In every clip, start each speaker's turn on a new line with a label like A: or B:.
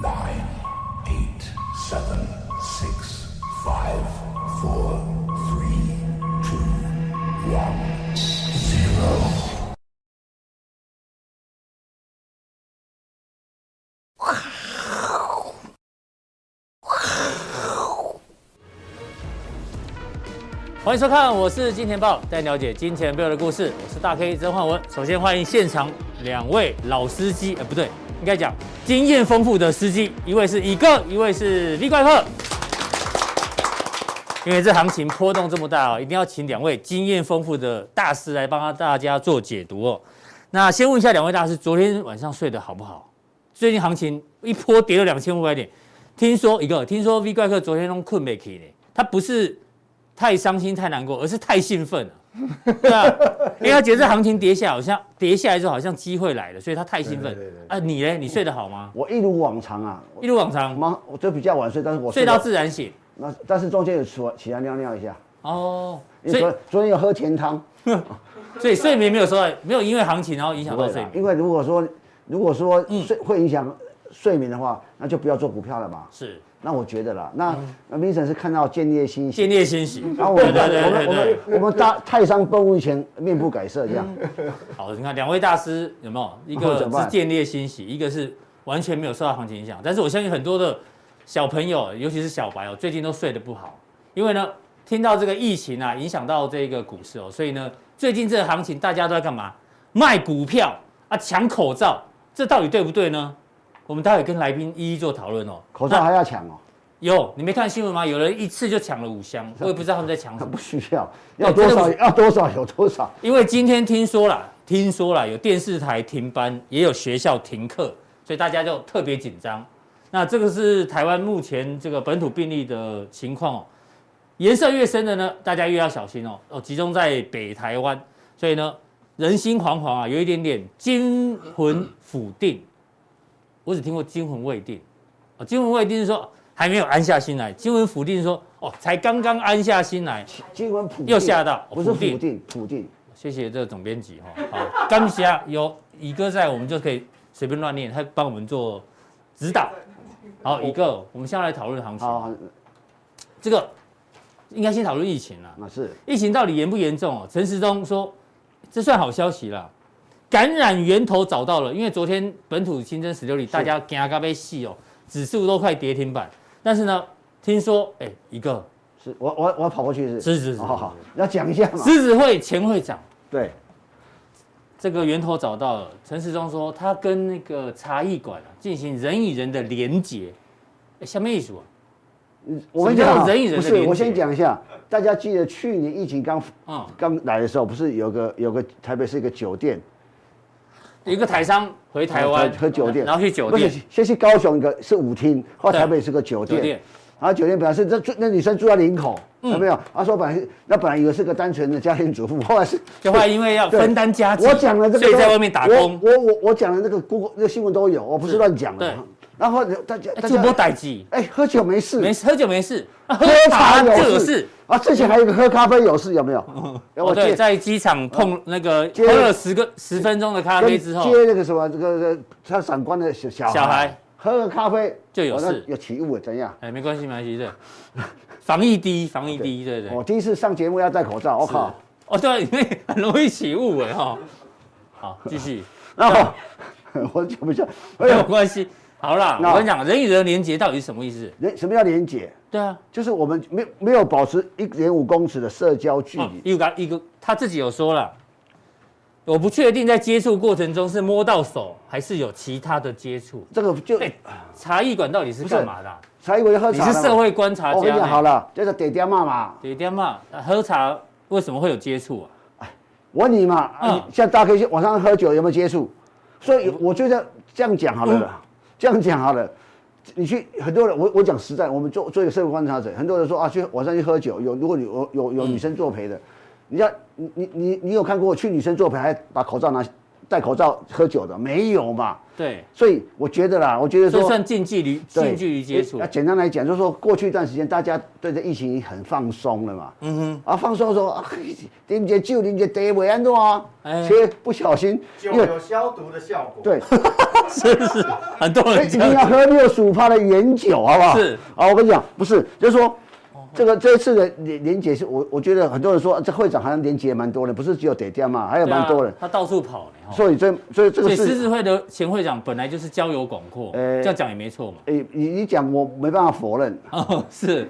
A: nine, eight, seven, six, five, four, three, two, one, zero.
B: 欢迎收看，我是金钱豹，带你了解金钱背后的故事。我是大 K 曾焕文。首先欢迎现场两位老司机，呃，不对，应该讲经验丰富的司机，一位是乙哥，一位是 V 怪客。因为这行情波动这么大哦，一定要请两位经验丰富的大师来帮大家做解读哦。那先问一下两位大师，昨天晚上睡得好不好？最近行情一波跌了两千五百点，听说一个，听说 V 怪客昨天都困没起呢，他不是太伤心、太难过，而是太兴奋了。 对啊，因为他觉得这行情跌下，好像跌下来之后好像机会来了，所以他太兴奋
C: 对对对对
B: 啊。你嘞，你睡得好吗？
D: 我一如往常啊，
B: 一如往常，
D: 妈，我就比较晚睡，但是我
B: 睡到
D: 得
B: 自然醒
D: 那，但是中间有起起来尿尿一下。
B: 哦。
D: 因
B: 所
D: 为
B: 以
D: 昨昨天有喝甜汤，
B: 所以睡眠没有受到，没有因为行情然后影响
D: 不
B: 到
D: 会
B: 睡嗯
D: 啦
B: 眠。
D: 因为如果说如果说睡会影响睡眠的话，那就不要做股票了嘛。
B: 是
D: 那我觉得啦，那那 Vincent 是看到建业新
B: 嗯建
D: 星，
B: 立欣喜。
D: 然后嗯我
B: 对
D: 们
B: 对对对
D: 我们我
B: 对嗯
D: 们。我们大泰山崩于前面不改色这样，
B: 好，你看两位大师有没有？一
D: 哦
B: 个
D: 怎么办
B: 是建立欣喜，一个是完全没有受到行情影响。但是我相信很多的小朋友，尤其是小白哦，最近都睡得不好，因为呢，听到这个疫情啊，影响到这个股市哦，所以呢，最近这个行情大家都在干嘛？卖股票啊，抢口罩，这到底对不对呢？我们待会跟来宾一一做讨论哦。
D: 口罩
B: 那
D: 还要抢哦，
B: 有，你没看新闻吗？有人一次就抢了五箱，我也不知道他们在抢什么
D: 不。需要，
B: 对
D: 要多
B: 哦真的
D: 少
B: 不
D: 要多少有多少，
B: 因为今天听说啦，听说啦，有电视台停班，也有学校停课，所以大家就特别紧张。那这个是台湾目前这个本土病例的情况哦，颜色越深的呢，大家越要小心哦。哦，集中在北台湾，所以呢，人心惶惶啊，有一点点惊魂甫定。我只听过惊魂未定，哦，惊魂未定是说还没有安下心来，惊魂甫定是说哦，才刚刚安下心来。
D: 新闻普
B: 又吓到哦
D: 不是
B: 普定
D: 普定普定，
B: 谢谢这个总编辑哈。好，感谢有乙哥在，我们就可以随便乱念，他帮我们做指导。好，乙哥，我们先来讨论行情。
D: 好，
B: 这个应该先讨论疫情啦，
D: 那是
B: 疫情到底严不严重哦？陈时中说，这算好消息啦，感染源头找到了，因为昨天本土新增十六例，大家惊咖被戏哦，指数都快跌停板。但是呢，听说哎，一个
D: 是，我我我要跑过去是哦
B: 是是是
D: 好好，要讲一下嘛，
B: 狮子会前会长。
D: 对。
B: 这个源头找到了，陈时中说他跟那个茶艺馆啊进行人与人的连结，诶什么意思啊？
D: 我跟你讲啊，
B: 什么叫人与人的
D: 不
B: 连
D: 是，
B: 结
D: 我先讲一下，大家记得去年疫情刚
B: 嗯，
D: 刚来的时候，不是有个有个台北是一个酒店，
B: 有一个台商回台湾
D: 和啊酒店，
B: 然后去酒店
D: 不是先去高雄一个是舞厅，后来
B: 对
D: 台北是个酒
B: 酒
D: 店，
B: 店嗯
D: 然后酒店本来是这住那女生住在林口，有没有？她说本来是那本来以为是个单纯的家庭主妇， 后来是
B: 就后来因为要
D: 对
B: 分担家计，
D: 我讲了这个
B: 所
D: 都，
B: 以在外面打工，
D: 我我我我讲的那个 Google 那个新闻都有，我不是乱讲
B: 对
D: 的。然后大家
B: 诶
D: 大
B: 主播
D: 家
B: 逮鸡，
D: 哎喝酒没事，
B: 没事喝酒没事，啊喝
D: 喝
B: 茶
D: 茶
B: 就
D: 有
B: 有
D: 事
B: 事。
D: 啊！之前还有一个喝咖啡有事，有没有？哎
B: 哦，对，
D: 接
B: 在机场碰那个喝
D: 啊接
B: 了十个十分钟的咖啡
D: 跟
B: 之后
D: 接，那个什么这个这个他长官的小小
B: 小孩
D: 喝个咖啡
B: 就有事
D: 哦那有起雾怎样？
B: 哎，没关系没关系，对，防疫第一，防疫第一，对对。
D: 我第一次上节目要戴口罩，我靠！
B: 哦，对，因为很容易起雾哎哈。好，继续。
D: 然后 我讲不下，哎
B: 没有
D: 呦，
B: 关系。好啦，
D: 那
B: 我跟你讲，人与人连接到底是什么意思？
D: 连什么叫连结？
B: 对啊，
D: 就是我们没没有保持一点五公尺的社交距
B: 哦
D: 离，
B: 一个一个他自己有说了，我不确定在接触过程中是摸到手还是有其他的接触。
D: 这个就
B: 哎，茶艺馆到底是干嘛的啊？
D: 才以为喝
B: 你
D: 茶
B: 是
D: 了嘛
B: 社会观察
D: 我跟
B: 家
D: 你
B: 呢。
D: 讲好了，就是爹爹骂嘛，
B: 对，爹嘛，啊喝茶为什么会有接触啊？
D: 我问你嘛，啊
B: 嗯
D: 像大家可以晚上喝酒有没有接触？所以我嗯觉得这样讲好了啦，这样讲好了。你去很多人，我我讲实在，我们做做一个社会观察者，很多人说啊，去晚上去喝酒，有如果你嗯有有有女生作陪的，你要你你你你有看过去女生作陪还把口罩拿戴口罩喝酒的，没有嘛。
B: 对，
D: 所以我觉得啦，我觉得
B: 这
D: 说
B: 算近距离
D: 对哎
B: 近距离接触
D: 那。简单来讲，就是说过去一段时间大家对这疫情很放松了嘛。嗯哼。啊，放松的时候啊， 嘿林姐救林姐得维安诺啊，
B: 哎
D: 其实不小心，
C: 酒
D: 因为
C: 有消毒的效 果。，
D: 对，
B: 啊是是，很多
D: 所
B: 人
D: 以哎一
B: 这
D: 定要
B: 样。
D: 喝六十五趴的原酒，好不好？
B: 是。
D: 啊，我跟你讲，不是，就是说。这个这一次的连连结是我，我觉得很多人说、啊这会长好像连结也蛮多人，不是只有得掉嘛，还有蛮多人
B: 对啊，他到处跑呢。哦
D: 所以这所以这
B: 所
D: 个
B: 以狮
D: 是
B: 子会的前会长本来就是交友广阔，
D: 呃
B: 这样讲也没错嘛。
D: 诶，你你讲我没办法否认。
B: 哦， 是，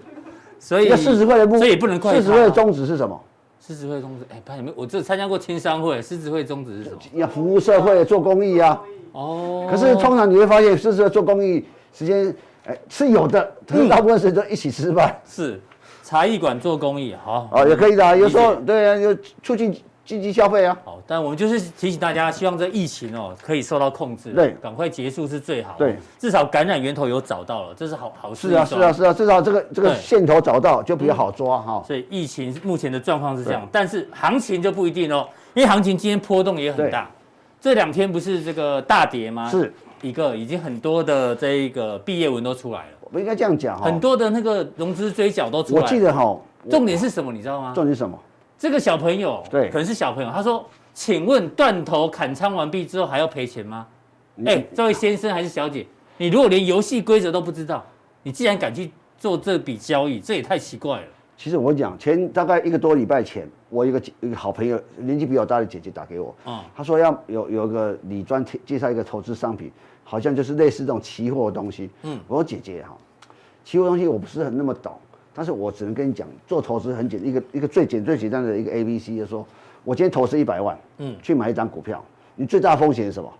B: 所以
D: 那四十会的目，
B: 所以也不能啊怪
D: 四十会的
B: 他
D: 宗旨是什么？
B: 狮子会宗旨，哎，潘有没有？我只有参加过青商会，狮子会宗旨是什么？
D: 要服务社会，做公益啊。
B: 哦，
D: 可是通常你会发现，四十会做公益时间，哎、是有的，可是大部分时间都一起吃饭、
B: 是茶艺馆做公益，好，
D: 哦，也可以的、啊。有时候
B: 理解
D: 对啊，就促进经济消费啊。
B: 好，但我们就是提醒大家，希望这疫情哦可以受到控制，
D: 对
B: 赶快结束是最好，
D: 对，
B: 至少感染源头有找到了，这是好好事
D: 是啊，
B: 一
D: 是
B: 桩
D: 啊，是啊，至少这个这个
B: 对
D: 线头找到就比较好抓哈、
B: 所以疫情目前的状况是这样，但是行情就不一定哦，因为行情今天波动也很大，这两天不是这个大跌吗？
D: 是，
B: 一个已经很多的这一个毕业文都出来了，
D: 我们应该这样讲哈、
B: 很多的那个融资追缴都出来
D: 我
B: 了。
D: 记得哈、我
B: 重点是什么，你知道吗？
D: 重点是什么？
B: 这个小朋友，
D: 对
B: 可能是小朋友，他说：“请问断头砍仓完毕之后还要赔钱吗？”
D: 嗯
B: 哎、这位先生还是小姐，你如果连游戏规则都不知道，你既然敢去做这笔交易，这也太奇怪了。
D: 其实我讲前大概一个多礼拜前，我一个姐一个好朋友，年纪比我大的姐姐打给我，
B: 嗯
D: 她说要有有一个理专贴介绍一个投资商品，好像就是类似这种期货的东西。嗯，我说姐姐哈，期货东西我不是很那么懂，但是我只能跟你讲，做投资很简一个一个最简最简单的一个 A B C，就是说我今天投资一百万，嗯，去买一张股票，你最大的风险是什么？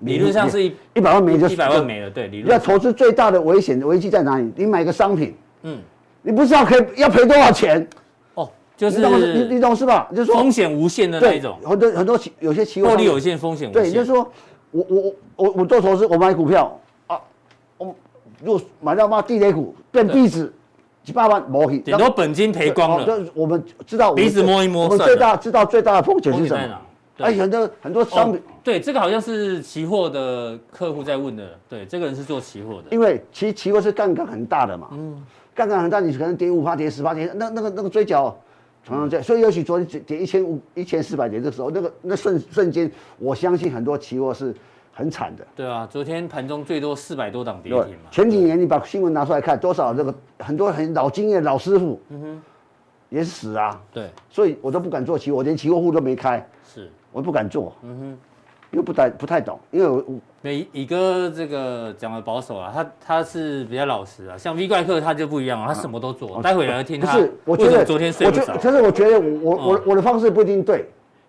B: 理论上是一
D: 一百万没就
B: 一百万
D: 就
B: 没了，对，理
D: 要
B: 论上
D: 投资最大的危险危机在哪里？你买一个商品，
B: 嗯
D: 嗯，你不知道可以要赔多少钱，
B: 哦，就
D: 你懂我你你
B: 是
D: 懂是吧？就是说
B: 风险无限的那
D: 对
B: 种，
D: 很多很多期有些期货
B: 获
D: 商
B: 利
D: 品
B: 有限，风险无限。
D: 对，就是说我我我我我做投资，我买股票啊，我如果买到嘛地雷股变壁纸，几百万没去，
B: 顶多本金赔光
D: 对
B: 了，
D: 哦就我们知道我们
B: 鼻子摸一摸
D: 我们
B: 算了
D: 最大知道最大的风险
B: 风
D: 是
B: 险
D: 什
B: 在哪
D: 么？？哎
B: 对
D: 而且很多很多商品
B: 哦，对，这个好像是期货的客户在问的，对，这个人是做期货的，
D: 因为期期货是杠杆很大的嘛，
B: 嗯
D: 杠杆很大，你可能跌五趴、跌十趴、跌那那个那个追缴常
B: 嗯
D: 常在，所以也许昨天只跌一千五、一千四百点的时候，那个那瞬瞬间，我相信很多期货是很惨的。
B: 对啊，昨天盘中最多四百多档跌
D: 对
B: 停嘛，
D: 前几年你把新闻拿出来看，多少这个很多很老经验的老师傅，
B: 嗯
D: 也是死啊，
B: 对，
D: 所以我都不敢做期货，我连期货户都没开，
B: 是。
D: 我不敢做，
B: 嗯
D: 因为不太不太懂，因为我我
B: 每乙哥这个讲的保守啊，他他是比较老实啊，像 V 怪客他就不一样啊了，他什么都做。待会来听
D: 啊哦不
B: 他
D: 是，我觉
B: 为什么
D: 得
B: 昨天睡不
D: 我
B: 着
D: 觉，可是我觉得我我我
B: 嗯
D: 我的方式不一定对，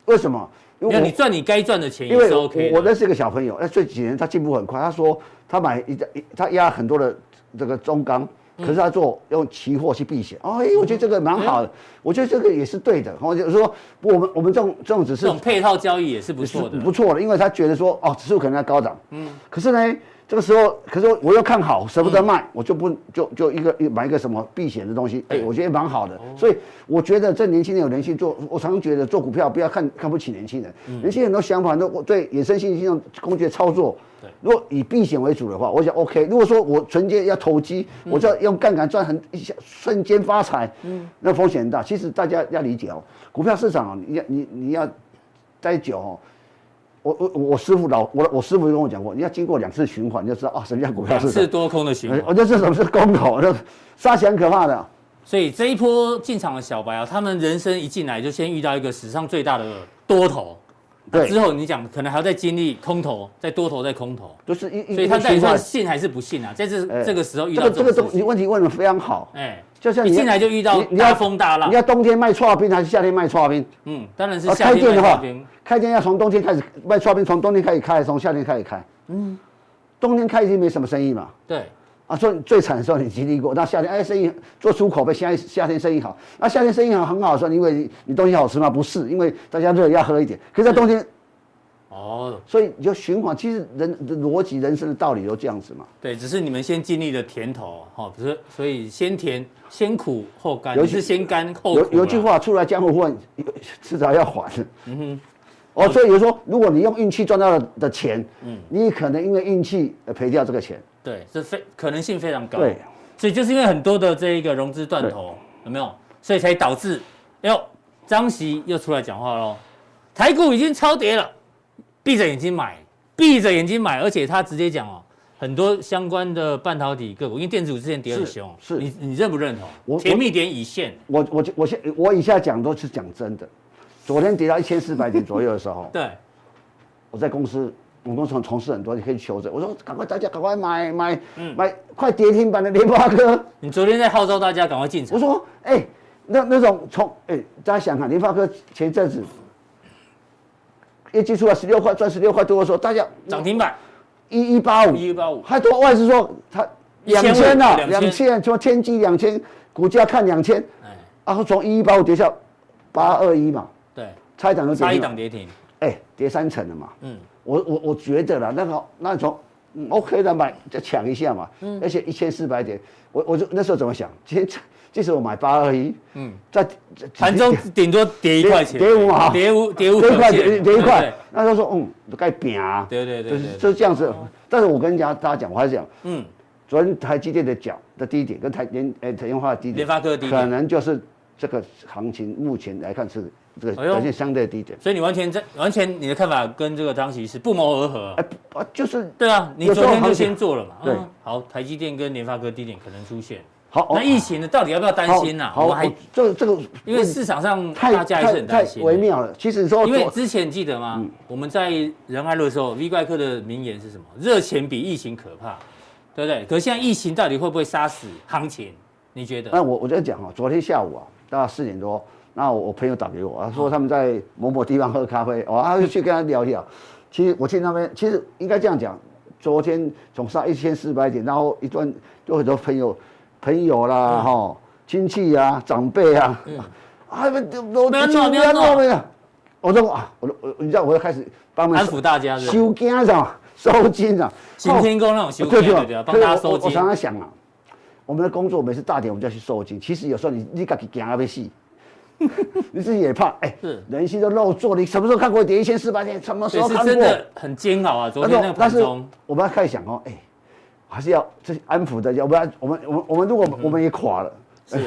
D: 为什么？因
B: 没有你
D: 为
B: 赚你该赚的钱
D: 我因
B: 也是
D: 为我
B: OK
D: 我
B: 的。
D: 认识一个小朋友，那这几年他进步很快，他说他买一张一他压很多的这个中钢。可是
B: 嗯
D: 他做用期货去避险，哦，哎，我觉得这个蛮好的，我觉得这个也是对的。我就说，不我们我们这种这种只
B: 这
D: 是
B: 种配套交易也是不
D: 是
B: 错的，
D: 不错的，因为他觉得说，哦，指数可能要高涨，嗯，可是呢，这个时候，可是我又看好，舍不得卖，我就不就就一个一买一个什么避险的东西，
B: 嗯
D: 哎、
B: 对哦
D: 我觉得蛮好的，所以我觉得这年轻人有人性做，我常常觉得做股票不要看看不起年轻人，
B: 嗯
D: 年轻人很多想法都对衍生性金融工具的操作。
B: 对
D: 如果以避险为主的话，我想 OK。如果说我纯粹要投机，
B: 嗯
D: 我就要用杠杆赚很一下瞬间发财，嗯，那风险很大。其实大家要理解哦，股票市场哦，你要你你要待久哦。我我我师傅老我我师傅跟我讲过，你要经过两次循环，你就知道啊什么叫 股票
B: 两
D: 市
B: 次
D: 场。
B: 多空的循
D: 哎
B: 环啊
D: 我。觉得这什么是公投，那杀起来很可怕的。
B: 所以这一波进场的小白啊，他们人生一进来就先遇到一个史上最大的多头，那
D: 对
B: 之后你讲可能还要再经历空头，再多头，再空头，
D: 就是一一
B: 所以他
D: 一个
B: 到底
D: 循
B: 算
D: 环
B: 信还是不信啊？在这、
D: 嗯哎
B: 这个时候遇
D: 这
B: 到
D: 个
B: 这
D: 这
B: 种
D: 个
B: 事
D: 东你
B: 情，
D: 问题问的非常好，
B: 哎，
D: 就像
B: 一
D: 你
B: 进来就遇到
D: 你你要
B: 大风大浪
D: 你，要冬天卖刨冰还是夏天卖刨冰？
B: 嗯，当然是
D: 啊，
B: 夏
D: 开
B: 天
D: 店的
B: 卖
D: 话
B: 刨冰，
D: 开店要从冬天开始卖刨冰，从冬天开始开，从夏天开始开。嗯，冬天开已经没什么生意嘛。
B: 对，
D: 啊，所以最惨的时候你经历过，那夏天哎生意做出口被夏夏天生意好，那夏天生意好很好的时候，因为你你东西好吃吗？不是，因为大家热要喝一点。可是，在冬天，
B: 哦，
D: 所以你就循环，其实人的逻辑、人生的道理都这样子嘛。
B: 对，只是你们先经历了甜头，哦，不是，所以先甜先苦后甘，
D: 有
B: 你
D: 一
B: 是先甘后苦啊
D: 有
B: 啦
D: 有句，话出来江湖混，有迟早要还。嗯哼，哦，所以有时候如果你用运气赚到的的钱，嗯，你可能因为运气呃赔掉这个钱。
B: 对，这非可能性非常高。
D: 对，
B: 所以就是因为很多的这一个融资断头，有没有？所以才导致，哎呦，张席又出来讲话喽，台股已经超跌了，闭着眼睛买，闭着眼睛买，而且他直接讲哦，很多相关的半导体个股，因为电子股之前跌很
D: 是
B: 凶，
D: 是
B: 你你认不认同？
D: 我
B: 甜蜜点已现，，
D: 我我我现我以下讲都是讲真的。昨天跌到一千四百点左右的时候
B: 对，
D: 我在公司，我们公司从从事很多，你可以求证。我说赶快大家赶快
B: 嗯
D: 买买买，快跌停板的联发 科。
B: 你昨天在号召大家赶快进场，
D: 我说哎、那那种从哎、大家想看联发科前一阵子业绩出来十六块赚十六块多的时候，大家
B: 涨停板
D: 一一八五
B: 一一八五，
D: 还多外资说它两
B: 1500
D: 千啊，
B: 2000
D: 两千说天玑两千，股价看两千，
B: 哎，
D: 然后从一一八五跌下八二一嘛，
B: 对，
D: 差一档就跌停
B: 差
D: 了
B: 一档跌 停，
D: 哎、跌三成了嘛。
B: 嗯，
D: 我我我觉得啦，那个那种、嗯、OK 的买再抢一下嘛。
B: 嗯
D: 而且一千四百点，我我就那时候怎么想？其实其实我买八二一，嗯，在
B: 盘中顶多跌一块钱，
D: 跌跌五毛
B: 跌五跌五
D: 跌一块
B: 角
D: 跌
B: 钱
D: 跌一
B: 对
D: 块
B: 不对，
D: 那时候说嗯，该扁啊。
B: 对对对
D: 就
B: 对
D: 是就是这样子。但是我跟大家大家讲，我还是讲
B: 嗯，
D: 昨天台积电的脚的低点跟台联哎台电化的低点，
B: 联发科的低点
D: 可能就是这个行情目前来看是这个
B: 哎呦
D: 表现相对低点。
B: 所以你完全在完全你的看法跟这个张琪是不谋而合啊、
D: 哎，不啊就是
B: 对啊，你
D: 有时
B: 昨
D: 候
B: 天就
D: 行情
B: 先做了嘛。
D: 对
B: 嗯，好，台积电跟联发科低点可能出现。
D: 好。
B: 那
D: 哦
B: 疫情呢，到底要不要担
D: 好
B: 心呐、
D: 好，
B: 我们
D: 我
B: 还
D: 这个这个
B: 因为市场上大
D: 太
B: 家还是
D: 太
B: 很担
D: 太
B: 心的
D: 微。妙嗯了。其实说
B: 因为
D: 昨
B: 之前你记得吗？我们在仁爱路的时候，V 怪客的名言是什么？热钱比疫情可怕，对不对？可是现在疫情到底会不会杀死行情？你觉得？
D: 那我我就讲哦，昨天下午啊，大概四点多，那我朋友打给我，他说他们在某某地方喝咖啡，哦，他就去跟他聊一聊。其实我去那边，其实应该这样讲，昨天从上一千四百点，然后一段有很多朋友、朋友
B: 嗯
D: 啦，哈、亲戚啊、长辈啊，啊，不都
B: 不要闹不要闹
D: 不要我说啊，我我你知道，我就开始帮忙
B: 安抚大家是不是
D: 收惊啊，收惊啊，
B: 行
D: 哦
B: 天宫那种修
D: 对
B: 炼，
D: 对
B: 对不
D: 对
B: 对？
D: 对，
B: 帮大家收
D: 所以我我我
B: 金。
D: 常常想啊，我们的工作每次大点我们就要去收金，其实有时候你你自己惊啊 被戏，你自己也怕，哎、
B: 是
D: 人心都肉做，你什么时候看过跌一千四百点？什么
B: 所
D: 时
B: 以
D: 候
B: 是
D: 看过？
B: 真的很煎熬啊！昨天那个盘
D: 但是
B: 中，
D: 我们要开始想哦，哎、还是要这安抚大家，要不然我们我们我们如果我们也垮了，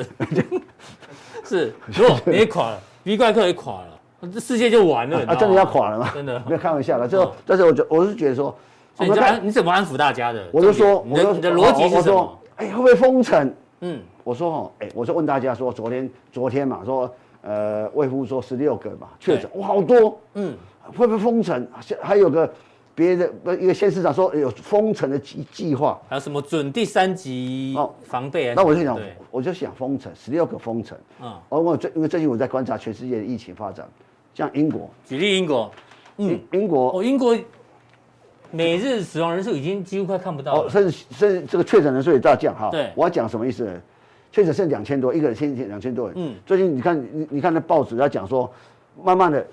B: 是，如果你也垮了，V 怪客也垮了，这世界就完了。你知道
D: 啊，
B: 吗
D: 真的要垮了吗？
B: 哦真的。
D: 没有开玩笑了。最后
B: 嗯，
D: 但是我就我是觉得说，
B: 所以你
D: 我
B: 就
D: 们看
B: 安你怎么安抚大家的？
D: 我就说，
B: 你
D: 我
B: 的
D: 就
B: 你的逻辑
D: 我
B: 是
D: 我
B: 什
D: 说
B: 么？
D: 哎、会不会封城？
B: 嗯，
D: 我说哦，哎、我就问大家说，昨天昨天嘛，说呃，卫福说十六个嘛确诊，哇，好多，
B: 嗯
D: 嗯，会不会封城？现还有个别的不一个县市长说有封城的计计划，
B: 还有什么准第三级
D: 哦
B: 防备啊？
D: 那我就想
B: 对，
D: 我就想封城，十六个封城，
B: 嗯
D: 嗯，而我最因为最近我在观察全世界的疫情发展，像英国，
B: 举例英国，嗯
D: 英，英国
B: 哦，英国每日死亡人数已经几乎快看不到
D: 哦，
B: 了。
D: 甚至甚至这个确诊人数也大降哈，
B: 对
D: 我要讲什么意思呢？确诊剩两千多，一个人现两千多人，
B: 嗯
D: 嗯，最近你看你你看那报纸在讲说，慢慢的。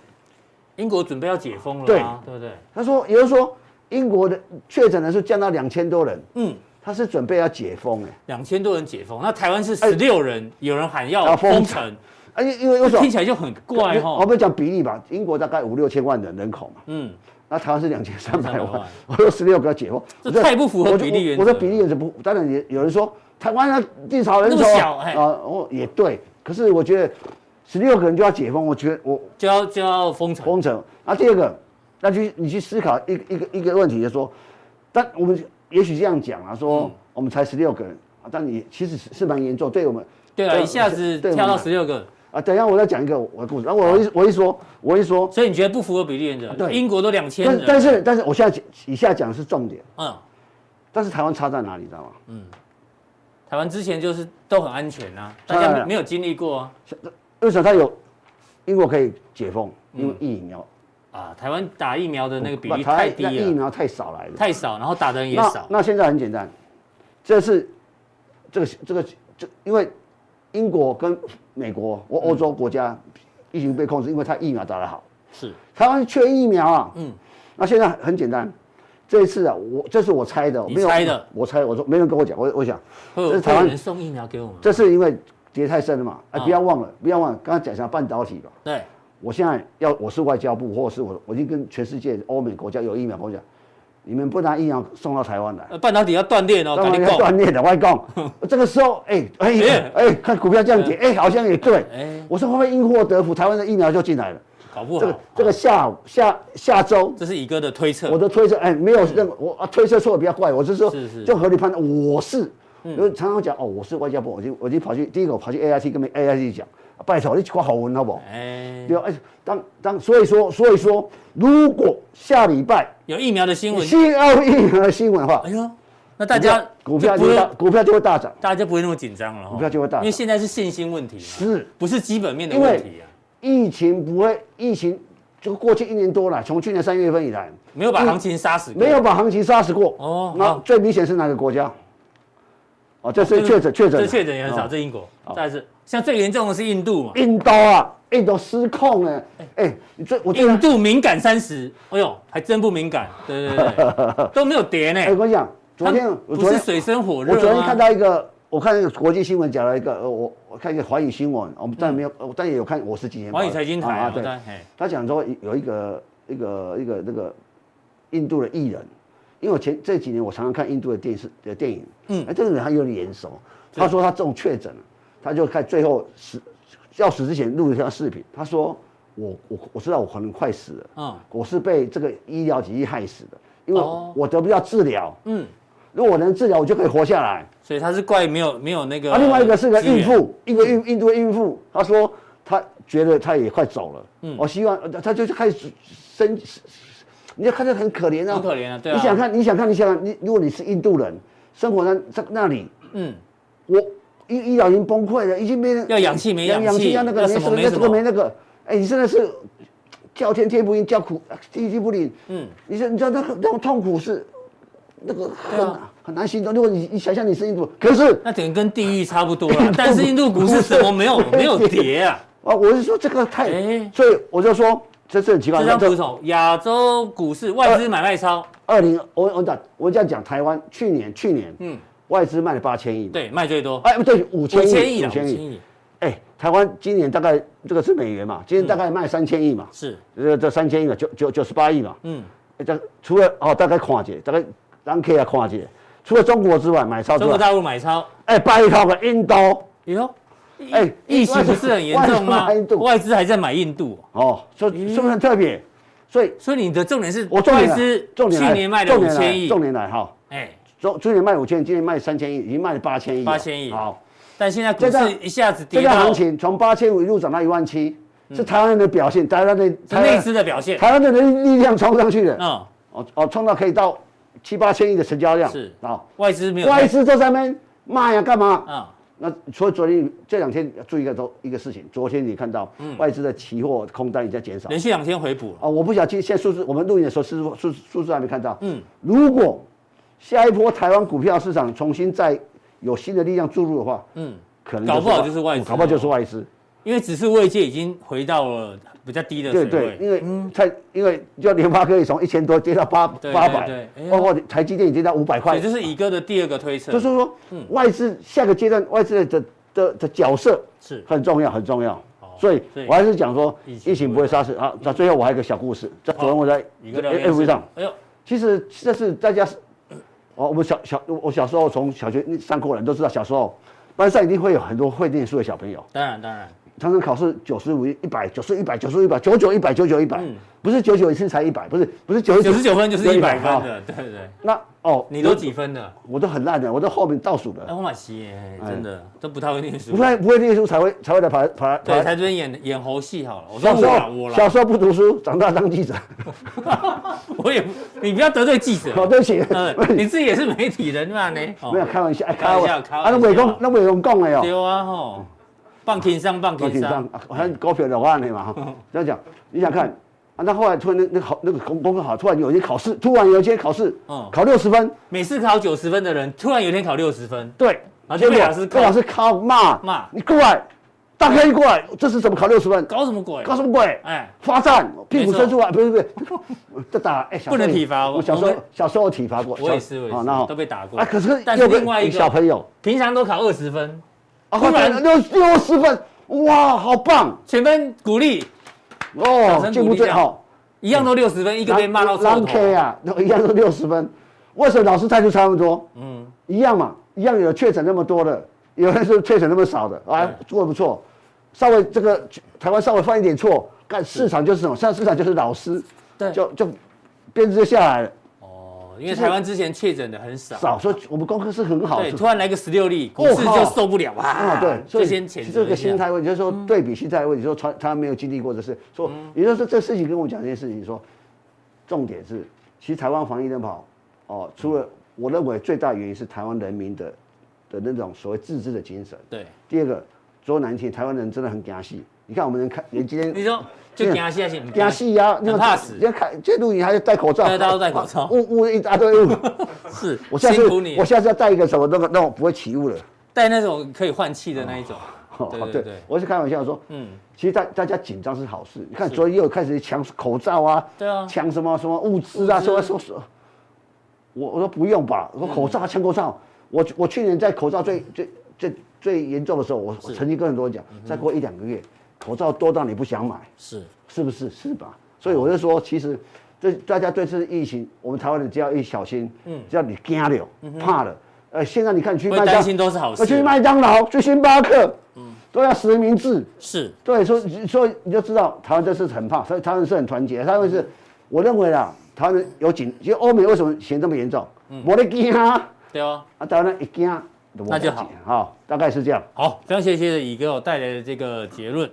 B: 英国准备要解封了
D: 对
B: 啊，对不对？
D: 他说，也就是说，英国的确诊人数降到两千多人，
B: 嗯，
D: 他是准备要解封哎、
B: 两千多人解封，那台湾是十六人，有人喊要
D: 要封
B: 封城，
D: 啊，因因为为什
B: 听
D: 么？
B: 起来就很怪哦
D: 我
B: 哈。
D: 们讲比例吧，英国大概五六千万人人口嘛，
B: 嗯，
D: 那台湾是两千三百
B: 2300
D: 万
B: 万，
D: 我说十六个要解封，
B: 这
D: 我就
B: 太不符合
D: 我就
B: 比例原则
D: 我我说比例原则不，当然也有人说台湾要地少人
B: 那
D: 稠
B: 么
D: 啊
B: 小哎
D: 啊，哦也对，可是我觉得十六个人就要解封，我觉得我
B: 就要就要封城。
D: 封城。那啊第二个，那就你去思考一个一个一个问题，就是说，但我们也许这样讲啊，
B: 嗯
D: 说我们才十六个人，啊但你其实是是蛮严重，对我们。
B: 对啊，一下子跳到十
D: 六
B: 六个，
D: 啊！等一下，我再讲一个我的故事。然后我一我一说，我一说，
B: 所以你觉得不符合比例原则？
D: 啊对
B: 英国都两千
D: 但
B: 人，
D: 但是但是，我现在讲以下讲的是重点，
B: 嗯，
D: 但是台湾差在哪里，你知道吗？
B: 台湾之前就是都很安全啊，大家
D: 当然
B: 没
D: 了
B: 没有经历过啊。
D: 为什么它有英国可以解封？因为疫苗
B: 啊，台湾打疫苗的那个嗯比例
D: 台湾
B: 太低
D: 那疫
B: 了，
D: 苗太少来了。
B: 太少，然后打的人也
D: 那
B: 少。
D: 那现在很简单，这是这个这个这，因为英国跟美国
B: 嗯
D: 或欧洲国家疫情被控制，因为它疫苗打得好。
B: 是，
D: 台湾缺疫苗啊，
B: 嗯
D: 嗯，那现在很简单，这一次啊，我这是我猜的，
B: 你
D: 没有
B: 猜的，
D: 我猜，我说没人跟我讲，我我想
B: 会有
D: 这是
B: 会
D: 台
B: 有
D: 湾
B: 人送疫苗给我们吗？
D: 这是因为跌太深了嘛，哎
B: 啊
D: 啊，不要忘了，不要忘了，刚刚讲一下半导体吧，
B: 对，
D: 我现在要我是外交部，或是我我已经跟全世界欧美国家有疫苗国家，你们不拿疫苗送到台湾来，
B: 呃，半导体要锻炼哦，
D: 当
B: 赶紧
D: 然要
B: 够。
D: 锻炼的，外公。 这个时候，哎哎
B: 哎
D: 哎，看股票这样跌，哎，好像也对
B: 哎。
D: 我说会不会因祸得福？台湾的疫苗就进来了。
B: 搞不
D: 这
B: 好
D: 个。这个下下下周，
B: 这是乙哥的推测
D: 我。的推测，哎，没有任何我啊推测错的不要怪我，我是说
B: 是是嗯
D: 就合理判断我是。有常常讲哦，我是外交部，我就我就跑去第一个我跑去 A I T 跟 A I T 讲，啊拜托你去挂好文好不好？
B: 哎，
D: 对吧，而且当当所以说所以说，如果下礼拜
B: 有疫苗的新闻。
D: 新奥运和新闻的话
B: 哦哎，呦，那大家
D: 股票
B: 就
D: 股
B: 不用
D: 票就会大，股票就会大涨。
B: 大家就不会那么紧张了哦。
D: 股票就会大涨
B: 因为现在是信心问题嘛，
D: 是
B: 不是基本面的
D: 因
B: 问
D: 为
B: 题啊？
D: 疫情不会，疫情就过去一年多了，从去年三月份以来，
B: 没有把行情杀死过。
D: 没有把行情杀死过。
B: 哦
D: 那
B: 好
D: 最明显是哪个国家？哦，这
B: 这
D: 是
B: 个，
D: 确诊，确诊，
B: 这确诊也很少。
D: 哦
B: 这英国，再是像最严重的是印度嘛，
D: 印度啊，印度失控了。哎，你最我最
B: 印度敏感三十，哎呦，还真不敏感，对对 对，都没有跌
D: 哎，我
B: 呢。
D: 跟你讲，昨天
B: 它
D: 我
B: 不
D: 昨
B: 是
D: 天
B: 水深火热
D: 我
B: 吗？
D: 昨天看到一个，我看一个国际新闻讲了一个，呃，我我看一个华语新闻，我们当然没有，我但也有看我是几年
B: 华嗯语财经台啊，
D: 对
B: 对，，哎
D: 他讲说有一个一个一个那个印度的艺人，因为我前这几年我常常看印度的电视的电影，嗯，哎，这个人他有点眼熟，他说他这种确诊了，他就看最后死要死之前录了一条视频，他说我我我知道我可能快死了，
B: 嗯
D: 我是被这个医疗体系害死的，因为
B: 哦
D: 我得不到治疗，
B: 嗯，
D: 如果我能治疗，我就可以活下来。
B: 所以他是怪没有没有那个。
D: 啊，另外一个是个孕，妇，一个孕印度的孕妇，她说她觉得她也快走了，
B: 嗯
D: 我希望呃她就是开始生，你要看她很可怜啊，
B: 很可怜啊对啊
D: 你想看，你想看，你想看，你如果你是印度人，生活在在那里，
B: 嗯，
D: 我医医疗已经崩溃了，已经没人
B: 要氧气没
D: 氧
B: 氧气
D: 气，啊要那个
B: 要
D: 没
B: 什么没
D: 要
B: 什
D: 这个
B: 么
D: 没那个，哎，你真的是叫天天不应，叫苦地地不灵，嗯，你说你知道那个那种痛苦是那个
B: 对
D: 很、
B: 啊
D: 很难形容，如果你你想象你是印度，可是。
B: 那等于跟地狱差不 多了。但是印度股市怎么没有没有跌啊？
D: 啊，我是说这个太，
B: 哎
D: 所以我就说啊这是很奇怪
B: 这张
D: 的。
B: 图手，亚洲股市外资买卖超，
D: 二零，我我讲我这样讲，台湾去年去年，
B: 嗯
D: 嗯，外资卖了八千亿，，
B: 对，卖最多，
D: 哎，不对，五
B: 五
D: 千
B: 千亿啊
D: 亿，
B: 啦，五千，亿嗯
D: 哎，台湾今年大概这个是美元嘛，今年大概卖三千亿嘛，
B: 是，
D: 这这三千亿嘛，九九九十八亿嘛，
B: 嗯，
D: 哎这除了哦，大概看一下，大概咱可以看一下，除了中国之外，买超之
B: 中国
D: 外，
B: 大陆买超，
D: 哎，拜托个印度。
B: 哟，
D: 哎
B: 疫情不是很严重吗
D: 外资买印？度
B: 外资还在买印度，
D: 哦，所以是不是很特别？所以
B: 所以你的重点是
D: 我重
B: 外
D: 点来啊
B: 资
D: 重点
B: 去
D: 来
B: 年卖了
D: 重
B: 五
D: 点来
B: 千亿，
D: 重点来哈，
B: 哎，
D: 中去年卖五千，今年卖三千亿，已经卖了八千亿了。
B: 8000亿
D: 好，
B: 但现在股
D: 这张
B: 市一下子
D: 这
B: 跌
D: 个
B: 到
D: 行情从八千五一路涨到一万七，是台湾人的表现，台湾的
B: 是内资的表现，
D: 台湾人的力量冲上去的，
B: 嗯，
D: 哦哦，冲到可以到七八千亿的成交量。
B: 是
D: 啊，
B: 外资没有
D: 外资这上面卖呀干嘛？
B: 啊，
D: 那所以昨天这两天要注意一个都一个事情，昨天你看到
B: 嗯
D: 外资的期货空单也在减少。
B: 连续两天回补了，
D: 啊，我不晓得现在数字，我们录影的时候数字数数字还没看到。
B: 嗯
D: 嗯，如果下一波台湾股票市场重新再有新的力量注入的话，
B: 嗯，
D: 可能
B: 搞不好就是外资哦
D: 搞不好就是外资。
B: 因为指数位界已经回到了比较低的水
D: 对
B: 位，
D: 对，因为太因为就联发科也从一千多跌到八
B: 嗯对
D: 八
B: 对
D: 百
B: 对哎，呀
D: 包括台积电也跌到五百
B: 所
D: 块
B: 以，这是嗯乙哥的第二个推测，
D: 就是说外资下个阶段外资的的的角色
B: 是
D: 很重要很重要
B: 好。
D: 所以
B: 哦所以
D: 我还是讲说
B: 疫情哦
D: 疫情不会杀死啊。那最后我还有一个小故事，在昨天我在
B: 乙哥聊
D: F
B: 天
D: B
B: 室
D: 上。，
B: 哎呦，
D: 其实这是大家，哦，我们小小我小时候从小学上过人都知道，小时候班上一定会有很多会念书的小朋友，
B: 当然当然，
D: 常常考试九十五、一百、九十、一百、九十、一百、九九、一百、九九、一百
B: 嗯，
D: 不是九九一次才一百，不是不是九
B: 九十九分就是一百。
D: 啊
B: 分的，对对对。
D: 那哦，
B: 你都几分的？
D: 我都很烂的，我都后面倒数
B: 哎，
D: 的，
B: 我马西耶，真的都不太会念书
D: 哎不。会不会念书才会才会来跑来跑来。跑
B: 对，
D: 来
B: 才这边演演猴戏好了。我说
D: 小时
B: 我啦，我
D: 候小
B: 啦，
D: 时候不读书，长大当记者。
B: 我也不，你不要得罪记者。
D: 好，哦对不起，
B: 嗯，你自己也是媒体人嘛呢？哦
D: 没有开玩笑，哎
B: 开玩笑开玩笑
D: 啊，那伟公那伟公讲的哦。
B: 对啊吼，棒情商棒
D: 高
B: 情
D: 情商
B: 商，，
D: 好像高票的话呢嘛哈。这样讲，你想看啊？那后来突然那那好那个功功课好，突然有一天考试，突然有一天考试
B: 嗯，
D: 考六十分，
B: 每次考九十分的人，突然有一天考六十分，
D: 对，
B: 啊
D: 结
B: 就
D: 果
B: 被老师
D: 被
B: 扣
D: 老师靠骂
B: 骂
D: 你过来，大哥你过来，这是怎么考六十分？
B: 搞什么鬼？
D: 搞什么鬼？
B: 哎，
D: 罚站，屁
B: 没
D: 股
B: 错
D: 伸出来，不是不是， 这打哎，小时候
B: 不能体罚哦
D: 我小时候
B: 我们
D: 小时候体罚过，
B: 我也
D: 小
B: 是我也
D: 啊
B: 是
D: 然后
B: 都被打过
D: 啊。可是
B: 但是
D: 又被
B: 另外一个
D: 小朋友
B: 平常都考二十分，
D: 啊，
B: 突
D: 突
B: 然
D: 然六六十分，哇，好棒！
B: 全班鼓励，掌
D: 哦，
B: 声
D: 进
B: 鼓
D: 步
B: 励这啊
D: 最
B: 样
D: 好。
B: 一样都六十分，一
D: 一
B: 个被骂到臭
D: K
B: 头。
D: 啊，都一样都六十分，为什么老师态度差那么多？嗯，一样嘛，一样有确诊那么多的，有人是确诊那么少的，啊，做的不错，稍微这个台湾稍微犯一点错，干市场就是什么？现在市场就是老师，
B: 对
D: 就就编制就下来了，
B: 哦，因为台湾之前确诊的很少，
D: 少说我们功课是很好
B: 对，
D: 是
B: 突然来个十六例，股市就受不了啊
D: 啊，。对， 所
B: 最
D: 以
B: 先
D: 其
B: 谴
D: 实
B: 责
D: 这
B: 一嗯
D: 个
B: 下
D: 心。态问题，就是说对比心态问题，说他他没有经历过的事，说
B: 嗯
D: 也就是说这事情跟我讲这件事情，说重点是，其实台湾防疫那么好，哦，除了我认为最大原因是台湾人民的的那种所谓自治的精神，
B: 对，
D: 第二个说难听，台湾人真的很假戏，你看我们能看，连今天
B: 你说就惊吓先，
D: 压戏呀，
B: 很怕死
D: 你看看这录影还是戴口罩，
B: 对大家都戴口罩
D: 啊雾雾一大堆雾，
B: 是，
D: 我下次
B: 辛苦你
D: 我，下次要戴一个什么那个那种不会起雾的。
B: 带那种可以换气的那一种。
D: 哦
B: 对对对，
D: 我是开玩笑说，
B: 嗯
D: 嗯，其实大大家紧张是好事。你看昨天又开始抢口罩啊，
B: 对啊
D: 抢什么什么物资啊，
B: 物资嗯
D: 什么什么什么，我我说不用吧，我说口罩啊抢口罩，我我去年在口罩最最最最严重的时候，我我曾经跟很多人讲，
B: 嗯
D: 再过一两个月，口罩多到你不想买，
B: 是
D: 是不是？是吧？所以
B: 哦
D: 我就说，其实这大家对这次疫情，我们台湾人只要一小心，嗯，只要你惊了、怕了，呃，现在你看你去
B: 嗯会
D: 麦
B: 担
D: 当，
B: 心哦都是好事啊
D: 呃去麦当劳、去星巴克，嗯，都要实名制。
B: 是，
D: 对，所以所以你就知道台湾这次很怕，所以台湾是很团结，台湾是，我认为啦，台湾人有紧，其实欧美为什么嫌这么严重？我得惊啊，
B: 对哦。
D: 啊，台湾人一惊，
B: 那就好，
D: 好，大概是这样。
B: 好，非常谢谢乙哥我带来的这个结论，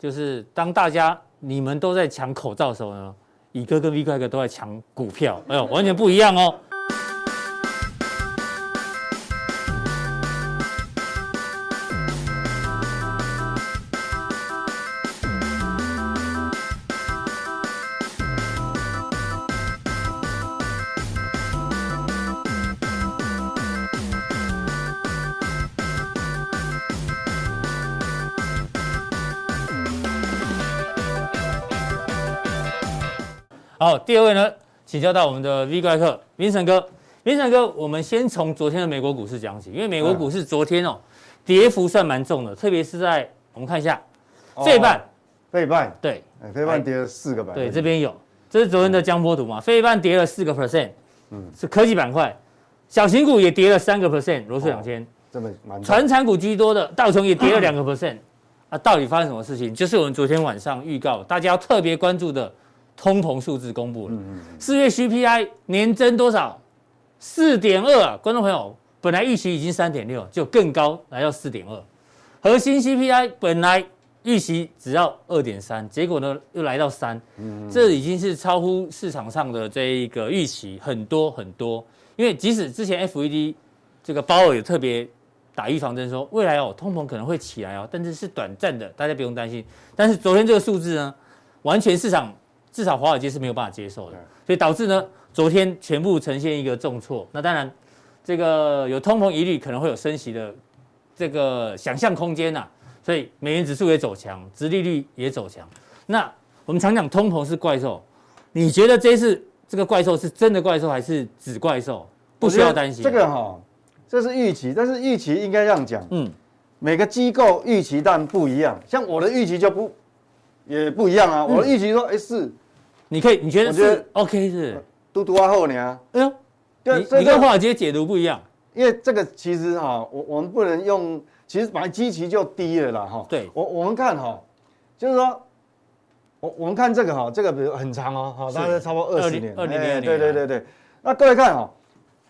B: 就是当大家你们都在抢口罩的时候呢，乙哥跟 V 怪哥都在抢股票，哎呦，完全不一样哦。好，第二位呢，请教到我们的 V 怪客明成哥，明成哥，我们先从昨天的美国股市讲起，因为美国股市昨天哦，跌幅算蛮重的，特别是在我们看一下这一半，
C: 费半，
B: 对
C: 哎，费半跌了四哦个百分
B: 对，
C: 点，
B: 这边有，这是昨天的江波图嘛，非半跌了四个 percent，是
C: 嗯
B: 科技板块，小型股也跌了三个 percent，罗素两千。
C: 这么蛮大
B: 传产股居多的道琼也跌了两个 percent 啊，到底发生什么事情？就是我们昨天晚上预告大家要特别关注的通膨数字公布了，四月 CPI 年增多少？四点二啊，观众朋友，本来预期已经三点六，就更高来到四点二，核心 CPI 本来预期只要二点三，结果呢又来到三，这已经是超乎市场上的这一个预期很多很多，因为即使之前 E FED 这个鲍尔有特别打预防针说，未来哦通膨可能会起来哦，但是是短暂的，大家不用担心。但是昨天这个数字呢，完全市场至少华尔街是没有办法接受的
C: 对，
B: 所以导致呢昨天全部呈现一个重挫。那当然，这个有通膨疑虑，可能会有升息的这个想象空间呐、啊所以美元指数也走强，殖利率也走强。那我们常讲通膨是怪兽，你觉得这次这个怪兽是真的怪兽还是纸怪兽？不需要担心。
C: 我觉得这个哈，这是预期，但是预期应该这样讲，
B: 嗯，
C: 每个机构预期但不一样，像我的预期就不也不一样啊，
B: 嗯
C: 我的预期说哎是
B: 你可以，你觉得
C: 我觉得
B: 是 OK 是？
C: 嘟嘟啊后呢，
B: 哎呦，
C: 对
B: 你
C: 所以
B: 你
C: 这
B: 跟华尔街解读不一样。
C: 因为这个其实哈，我我们不能用，其实本来基期就低了啦哈。
B: 对
C: 我我们看哈，就是说，我我们看这个哈，这个比如很长哦，哈，
B: 是
C: 大概差不多二十
B: 20
C: 年，
B: 20年啊
C: 哎对对对对。那各位看哦，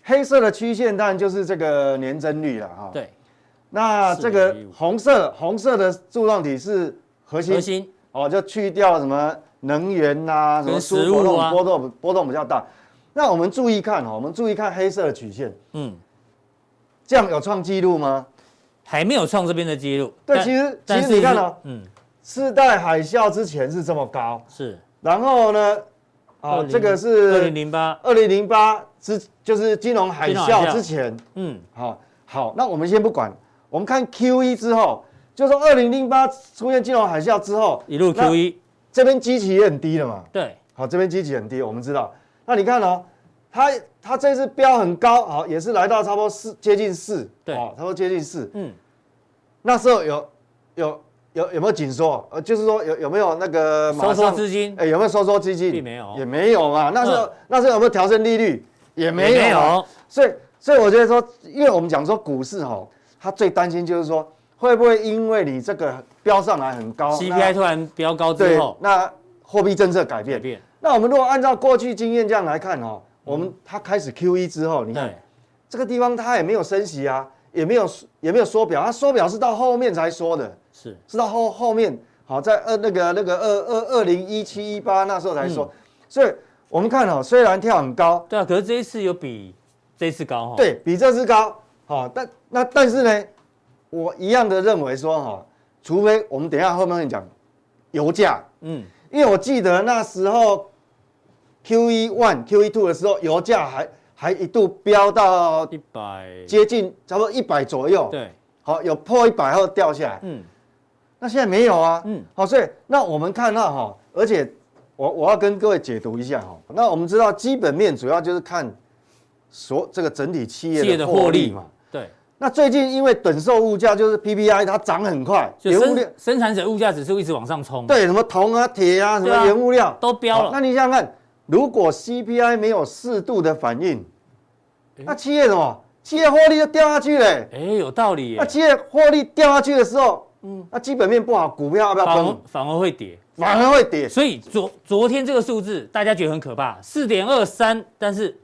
C: 黑色的曲线当然就是这个年增率了哈。。
B: 对，
C: 那这个
B: 4.15
C: 红色红色的柱状体是核心，
B: 核心
C: 哦，就去掉什么能源呐、什么
B: 跟
C: 蔬
B: 食
C: 果
B: 物
C: 那种
B: 啊
C: 波动波动比较大。那我们注意看哈，哦我们注意看黑色的曲线。
B: 嗯，
C: 这样有创纪录吗？
B: 还没有创这边的记录。
C: 对
B: 但
C: 其实
B: 但
C: 其
B: 是
C: 实你看
B: 是
C: 哦
B: 嗯，
C: 世代海啸之前是这么高，
B: 是
C: 然后呢，啊，
B: 20
C: 这个
B: 二零
C: 是
B: 零八，
C: 二零零八之，就是金融海
B: 金融海
C: 啸
B: 啸
C: 之前。
B: 嗯，
C: 好、好，那我们先不管，我们看 Q 一之后，就是说二零零八出现金融海啸之后，
B: 一路
C: 那
B: Q 一，
C: 这边基期也很低了嘛。
B: 对，
C: 好，这边基期很低，我们知道。那你看哦，它它这次标很高，好，也是来到差不多四接近四，
B: 对
C: 哦差不多接近四。
B: 嗯，
C: 那时候有有有有没有紧缩？呃，就是说有有没有那个马
B: 收缩
C: 上
B: 资金
C: 哎，有没有收缩资金？
B: 并没有
C: 也没有嘛。那时候、
B: 嗯
C: 那时候有没有调升利率？也没有嘛。
B: 也没
C: 啊
B: 有
C: 所以所以我觉得说，因为我们讲说股市吼，他最担心就是说会不会因为你这个标上来很高那
B: CPI 突然飙高之
C: 对
B: 后，
C: 那货币政策改变
B: 改变
C: 那我们如果按照过去经验这样来看哦，我们他开始 Q E 之后，你看
B: 对
C: 这个地方它也没有升息啊，也没有也没有缩表，它缩表是到后面才缩的。
B: 是
C: 是到后后面好在二那个那个二二二零一七一八那时候才说，所以我们看哦，虽然跳很高，
B: 对啊，可是这一次有比这一次高哈，
C: 对比这次高，好、但那但是呢，我一样的认为说哈、除非我们等一下后面讲油价，
B: 嗯，
C: 因为我记得那时候 Q E one Q E two 的时候，油价还还一度飙到
B: 一百
C: 接近差不多一百左右，，
B: 对，
C: 好、有破一百后掉下来，
B: 嗯，
C: 那现在没有啊，
B: 嗯
C: 嗯，好，所以那我们看到哈，而且我我要跟各位解读一下哈，那我们知道基本面主要就是看所这个整体企
B: 企业
C: 业
B: 的
C: 的
B: 获
C: 获
B: 利
C: 利嘛。，
B: 对，
C: 那最近因为等售物价就是 PPI 它涨很快，
B: 就
C: 原物料
B: 生生产者物价指数一直往上冲，，
C: 对什么铜啊、铁啊、什么
B: 对啊
C: 原物料
B: 都飙
C: 好那
B: 了，
C: 你想想看，如果 CPI 没有适度的反应，那企业什么？企业获利就掉下去嘞、
B: 哎，有道理
C: 那
B: 耶，
C: 企业获利掉下去的时候，嗯，那基本面不好，股票要不要
B: 反
C: 崩
B: 而？反而会跌，
C: 反而会跌。
B: 所以昨昨天这个数字大家觉得很可怕，四点二三，但是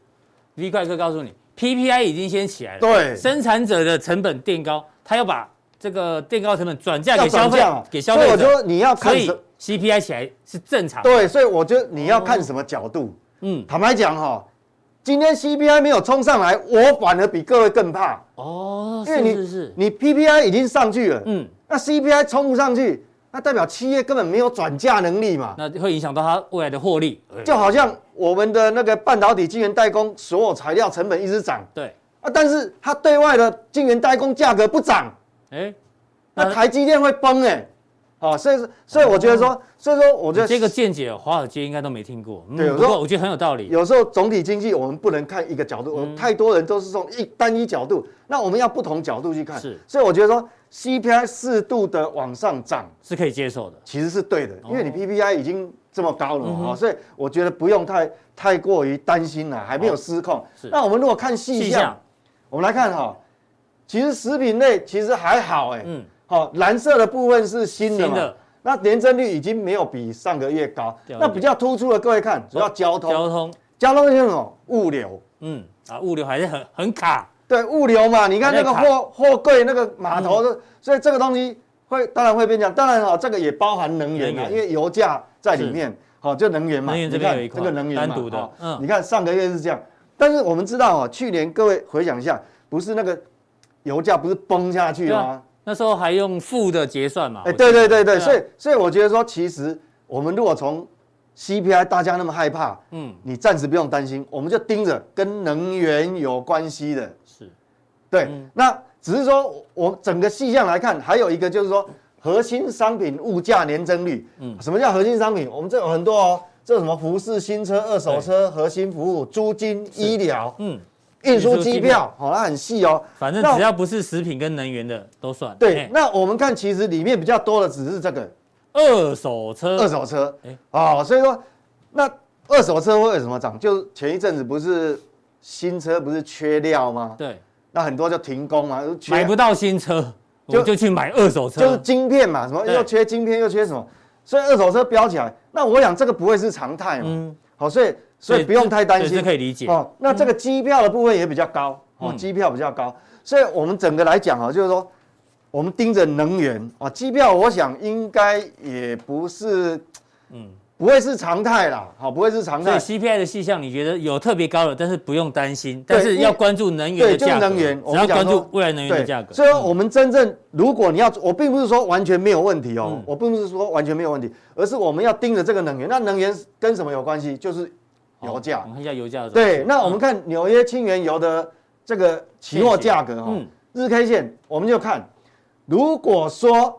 B: V 怪哥告诉你，PPI 已经先起来了，
C: 对
B: 生产者的成本垫高，他要把这个垫高成本转嫁啊
C: 要
B: 给消
C: 涨
B: 费
C: 价嘛，
B: 给消费
C: 所以我觉
B: 者，
C: 得你要
B: 所
C: 看
B: 以
C: 什
B: CPI 起来是正常的，
C: 对，所以我觉得你要
B: 哦
C: 看什么角度。
B: 嗯，
C: 坦白讲哈、今天 CPI 没有冲上来，我反而比各位更怕，
B: 哦，
C: 因为你
B: 是是是，
C: 你 PPI 已经上去了，
B: 嗯，
C: 那 CPI 冲不上去，那代表企业根本没有转嫁能力嘛。
B: 那会影响到他未来的获利，呃
C: 就好像我们的那个半导体晶圆代工，所有材料成本一直涨
B: 对，
C: 啊，但是它对外的晶圆代工价格不涨，
B: 哎，
C: 那
B: 那
C: 台积电会崩哎、哦，所以是所以我觉得说，所以说我觉
B: 你
C: 得
B: 这个见解华尔街应该都没听过，嗯，
C: 对
B: 不
C: 我
B: 过
C: 说
B: 我觉得很有道理，
C: 有时候总体经济我们不能看一个角度，
B: 嗯
C: 我们太多人都是从一单一角度，那我们要不同角度去看。
B: 是
C: 所以我觉得说 CPI 适度的往上涨
B: 是可以接受的，
C: 其实是对
B: 哦
C: 的，因为你 PPI 已经这么
B: 嗯
C: 高了嘛、哦所以我觉得不用太太过于担心了，还没有失控。
B: 哦是
C: 那我们如果看细
B: 细
C: 项
B: 项，，
C: 我们来看哈、其实食品类其实还好哎，
B: 嗯
C: 嗯，好、蓝色的部分是新的
B: 新
C: 嘛。
B: 的
C: 那年增率已经没有比上个月高，
B: 掉一点
C: 那比较突出的，各位看，主要交通，
B: 交通。
C: 交通是什么？物流。
B: 嗯啊，物流还是很很卡，
C: 对，物流嘛，你看那个
B: 还在
C: 货货柜那个码头，
B: 嗯
C: 所以这个东西会当然会变强。当然啊哈，这个也包含能源
B: 能
C: 啊，
B: 源
C: 因为油价在里面。好，就能源嘛，
B: 能源这
C: 你
B: 边
C: 看
B: 有一块
C: 这个能源嘛
B: 单独的
C: 好
B: 嗯
C: 你看上个月是这样，但是我们知道哦，去年各位回想一下，不是那个油价不是崩下去
B: 对
C: 了
B: 啊
C: 吗？，
B: 那时候还用负的结算嘛。我
C: 哎，
B: 记得
C: 对对对对，所以
B: 啊
C: 所以我觉得说，其实我们如果从 CPI 大家那么害怕，
B: 嗯
C: 你暂时不用担心，我们就盯着跟能源有关系的，
B: 是
C: 对，
B: 嗯
C: 那只是说我我整个细项来看，还有一个就是说核心商品物价年增率。嗯，什么叫核心商品？我们这有很多哦，这有什么服饰、新车、二手车、核心服务、租金、医疗、
B: 嗯，
C: 运
B: 运
C: 输、
B: 输机
C: 机
B: 票
C: 票，好、那很细哦。
B: 反正
C: 那
B: 只要不是食品跟能源的都算。
C: 对
B: 哎，
C: 那我们看其实里面比较多的只是这个
B: 二手车
C: 二手车
B: 哎，
C: 哦，所以说那二手车会有什么涨？就是前一阵子不是新车不是缺料吗？
B: 对
C: 那很多就停工嘛，就缺
B: 买不到新车，
C: 啊就
B: 我就去买二手车。
C: 就是晶片嘛，什么
B: 对
C: 又缺晶片又缺什么，所以二手车飙起来。那我想这个不会是常态嘛，好，所以所以不用太担
B: 对这嗯
C: 心
B: 可，以理解。嗯
C: 哦。那这个机票的部分也比较高，哦，机票比较高，所以我们整个来讲啊，就是说我们盯着能源啊，机票我想应该也不是，嗯，不会是常态啦，好，不会是常
B: 所以
C: 态。
B: CPI 的细项你觉得有特别高的，但是不用担心，但是
C: 因为
B: 要关注能源
C: 对，
B: 的
C: 就是
B: 价格，
C: 能源，我
B: 只
C: 们
B: 要
C: 讲
B: 关
C: 说
B: 注未来能源的
C: 对
B: 价格。嗯
C: 所以我们真正，如果你要，我并不是说完全没有问题哦，
B: 嗯
C: 我并不是说完全没有问题，而是我们要盯着这个能源。那能源跟什么有关系？就是油价
B: 我。们看一下油价的走势。
C: 对，那我们看纽约轻原油的这个期货价格哦
B: 嗯，
C: 日 K 线，我们就看，如果说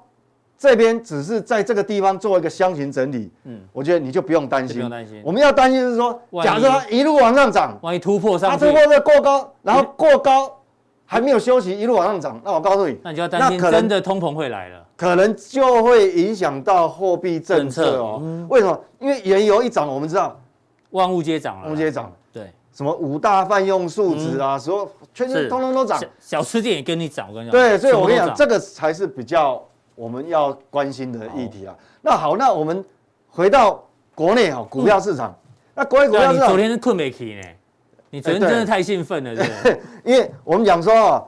C: 这边只是在这个地方做一个箱型整理，
B: 嗯
C: 嗯，我觉得你就不用担
B: 就不
C: 心，
B: 用担心
C: 我们要担心是说，
B: 万一
C: 假设它一路往上涨，
B: 万一突破上
C: 它
B: 去嗯
C: 突，破这过高，然后过高还没有休息，一路往上涨，那我告诉你，
B: 那你就要担心
C: 可
B: 真
C: 能
B: 的通膨会来了。
C: 可能就会影响到货币政策哦。
B: 嗯
C: 为什么？因为原油一涨，我们知道
B: 万物皆涨了啦，
C: 我们直接涨，
B: 对，
C: 什么五大泛用数值啊，所有
B: 嗯
C: 全
B: 是
C: 全通通都涨
B: 小。小吃店也跟你涨，我跟你讲，
C: 对，所以
B: 全部
C: 我跟你
B: 都
C: 讲，这
B: 涨
C: 个才是比较我们要关心的议题
B: 哦
C: 啊。那好，那我们回到国内哦，股票市场。那国内股
B: 对啊，
C: 票
B: 你昨
C: 市场，
B: 天是困没起呢，你昨天
C: 哎对
B: 真的太兴奋了，对不对？
C: 因为我们讲说啊，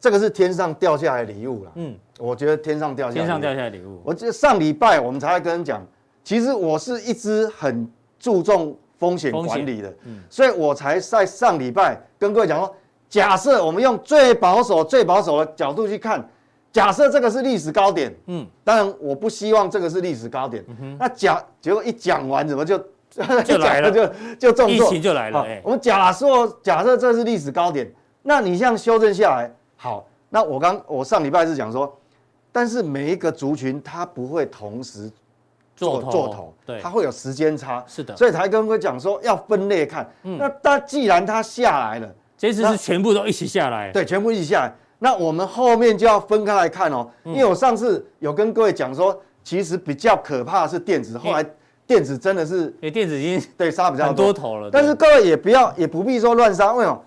C: 这个是天上掉下来的礼物啦。
B: 嗯，
C: 我觉得天上掉下来，
B: 天上掉下。来的礼物，
C: 我记得上礼拜我们才跟人讲，其实我是一直很注重风险管理的，
B: 嗯
C: 所以我才在上礼拜跟各位讲说，假设我们用最保守、最保守的角度去看，假设这个是历史高点，
B: 嗯，
C: 当然我不希望这个是历史高点，那假结果一讲完怎么就
B: 就来了
C: 一讲就就中
B: 疫
C: 错，
B: 情就来了，
C: 好
B: 哎
C: 我，们假设假设这是历史高点，那你像修正下来，好，那我刚我上礼拜是讲说，但是每一个族群它不会同时
B: 头
C: 做头，
B: 对
C: 它，会有时间差，
B: 是的嗯
C: 所以才跟各位讲说要分类看。那它既然它下来了，
B: 这次
C: 那
B: 是全部都一起下来，
C: 对，全部一起下来，那我们后面就要分开来看哦，
B: 嗯
C: 因为我上次有跟各位讲说，其实比较可怕的是电子，后来电子真的是
B: 因为哎电子已经
C: 对杀比较
B: 嗯很多头了，
C: 但是
B: 对
C: 各位也不要也不必说乱杀，为什么？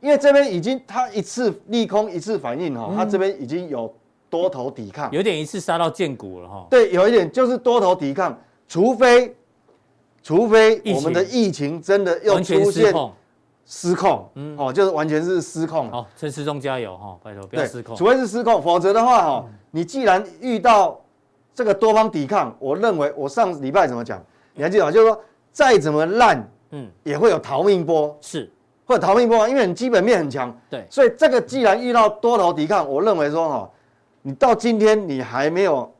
C: 因为这边已经它一次利空一次反应哦，它这边已经有多头抵抗，
B: 嗯有点一次杀到见骨了哈，
C: 对，有一点就是多头抵抗，除非除非
B: 疫情
C: 我们的疫情真的又
B: 完全
C: 出
B: 失
C: 现
B: 控。
C: 失控，哦，就是完全是失控，
B: 好，陈时中加油哈，拜托不
C: 对，
B: 要失控嗯
C: 除。非是失控，否则的话哦，你既然遇到这个多方抵抗，我认为我上礼拜怎么讲，你还记得吗？就是说再怎么烂
B: 嗯，
C: 也会有逃命波，
B: 是，
C: 或者逃命波，因为你基本面很强，
B: 对
C: 所以这个既然遇到多头抵抗，我认为说哈，你到今天你还没有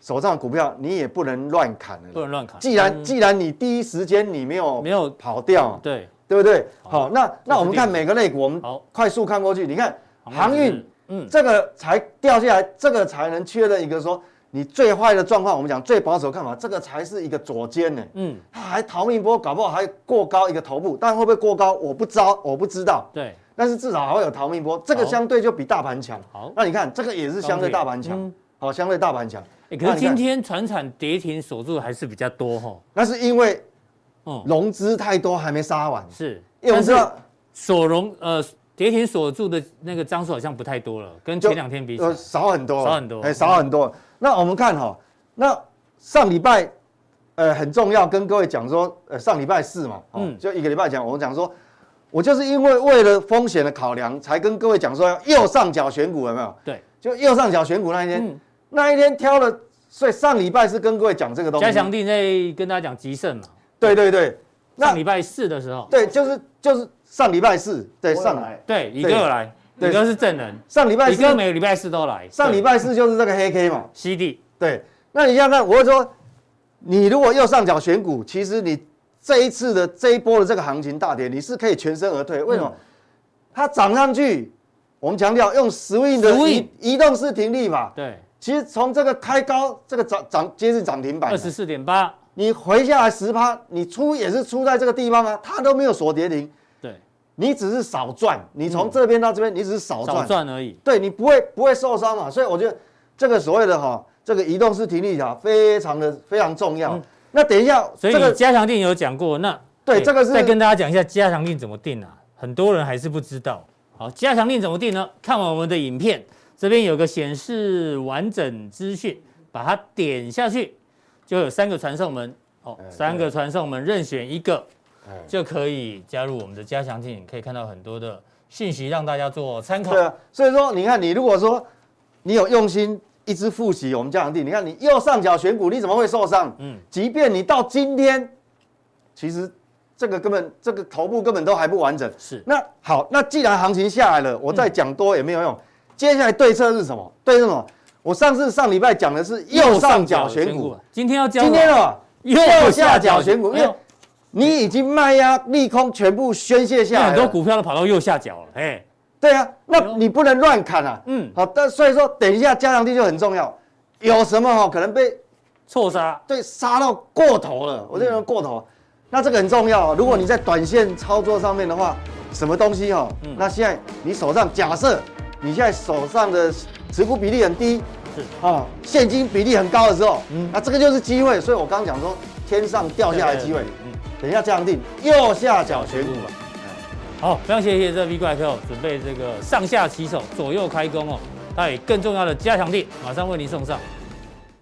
C: 手上的股票，你也不能乱砍了啦。
B: 不能乱砍。
C: 既然、既然你第一时间你没有
B: 没有
C: 跑掉，
B: 对，
C: 对不对？好，那那我们
B: 电
C: 看
B: 子
C: 每个类股，我们
B: 好
C: 快速看过去，你看
B: 航
C: 航
B: 运
C: 运，嗯，这个才掉下来，这个才能确认一个说你最坏的状况，我们讲最保守看法，这个才是一个左肩呢。
B: 嗯，
C: 它啊还逃命波，搞不好还过高一个头部，但会不会过高，我不知道，我不知道。
B: 对，
C: 但是至少还会有逃命波，这个
B: 好
C: 相对就比大盘强。
B: 好
C: 那你看这个也是相对大盘
B: 钢铁
C: 强，好，相对大盘强。
B: 欸嗯可是今
C: 那你看
B: 天船产跌停锁住还是比较多哈，
C: 那是因为
B: 嗯
C: 融资太多还没杀完，
B: 是，
C: 因
B: 但
C: 为我们知
B: 是
C: 道
B: 锁融呃跌停锁住的那个张数好像不太多了，跟
C: 就
B: 前两天比起来
C: 呃，少很多，
B: 少很多
C: 哎，少很多。那我们看哈，那上礼拜呃很重要，跟各位讲说，呃上礼拜四嘛，哦
B: 嗯
C: 就一个礼拜讲，我们讲说，我就是因为为了风险的考量，才跟各位讲说要右上角选股，有没有？
B: 对，
C: 就右上角选股那一天，
B: 嗯
C: 那一天挑了，所以上礼拜是跟各位讲这个东西。
B: 加强定在跟大家讲极盛嘛，
C: 对对对，那
B: 上礼拜四的时候，
C: 对就是就是上礼拜四，对
D: 我有
C: 上
D: 来
B: 对，宇哥有来，宇
C: 对
B: 哥是证人，
C: 上礼拜
B: 宇哥
C: 四，
B: 每个礼拜四都来，
C: 上礼拜四就是这个黑 K 嘛，
B: 西地
C: 对，那你想想看，我会说，你如果右上角选股，其实你这一次的这一波的这个行情大跌，你是可以全身而退。为什么？它涨上去，我们强调用 swing 的
B: swing
C: 移移动式停利法。
B: 对，
C: 其实从这个开高，这个涨涨接近涨停板
B: 二
C: 了，
B: 十四点八，
C: 你回下来十趴，你出也是出在这个地方啊，它都没有锁跌停，
B: 对，
C: 你只是少赚，你从这边到这边，你只是少
B: 少
C: 赚，
B: 赚而已，
C: 对你不会不会受伤嘛，所以我觉得这个所谓的哈、这个移动式停利啊，非常的非常重要。那等一下，
B: 所以
C: 这
B: 你
C: 个
B: 加强定有讲过，那
C: 对
B: 欸
C: 这个是
B: 再跟大家讲一下加强定怎么定啊，很多人还是不知道。好，加强定怎么定呢？看完我们的影片，这边有个显示完整资讯，把它点下去，就有三个传送门，哦，
C: 哎
B: 三个传送门任选一个，就可以加入我们的加强定，可以看到很多的讯息让大家做参考
C: 对。啊，所以说你看，你如果说你有用心一直复习我们嘉阳地，你看你右上角选股，你怎么会受伤？
B: 嗯
C: 嗯，即便你到今天，其实这个根本这个头部根本都还不完整。
B: 是
C: 那好，那既然行情下来了，我再讲多也没有用。接下来对策是什么？对策是什么？我上次上礼拜讲的是右上角选股，，
B: 啊今天要教
C: 今天哦，
B: 右下
C: 右下
B: 角
C: 角
B: 选
C: 选
B: 股
C: 股，
B: 哎
C: 因
B: 呦
C: 为你已经卖压利空全部宣泄
B: 因为
C: 下来
B: 很多
C: 了。
B: 股票都跑到右下角了，哎，
C: 对啊，那
B: 哎呦
C: 你不能乱砍啊。
B: 嗯
C: 好，但所以说等一下加强地就很重要，有什么哦可能被
B: 错杀。
C: 对杀到
B: 嗯
C: 过头了，我这个人过头，那这个很重要啊。如果你在短线操作上面的话，什么东西哦，
B: 嗯
C: 那现在你手上假设你现在手上的持股比例很低，
B: 是嗯
C: 啊，现金比例很高的时候，那这个就是机会。所以我刚讲说天上掉下来的机会，嗯等一下这样定右下角选股吧。
B: 好，非常谢谢这 V 怪客哦准备这个上下起手、左右开弓哦，还有更重要的加强力，马上为您送上。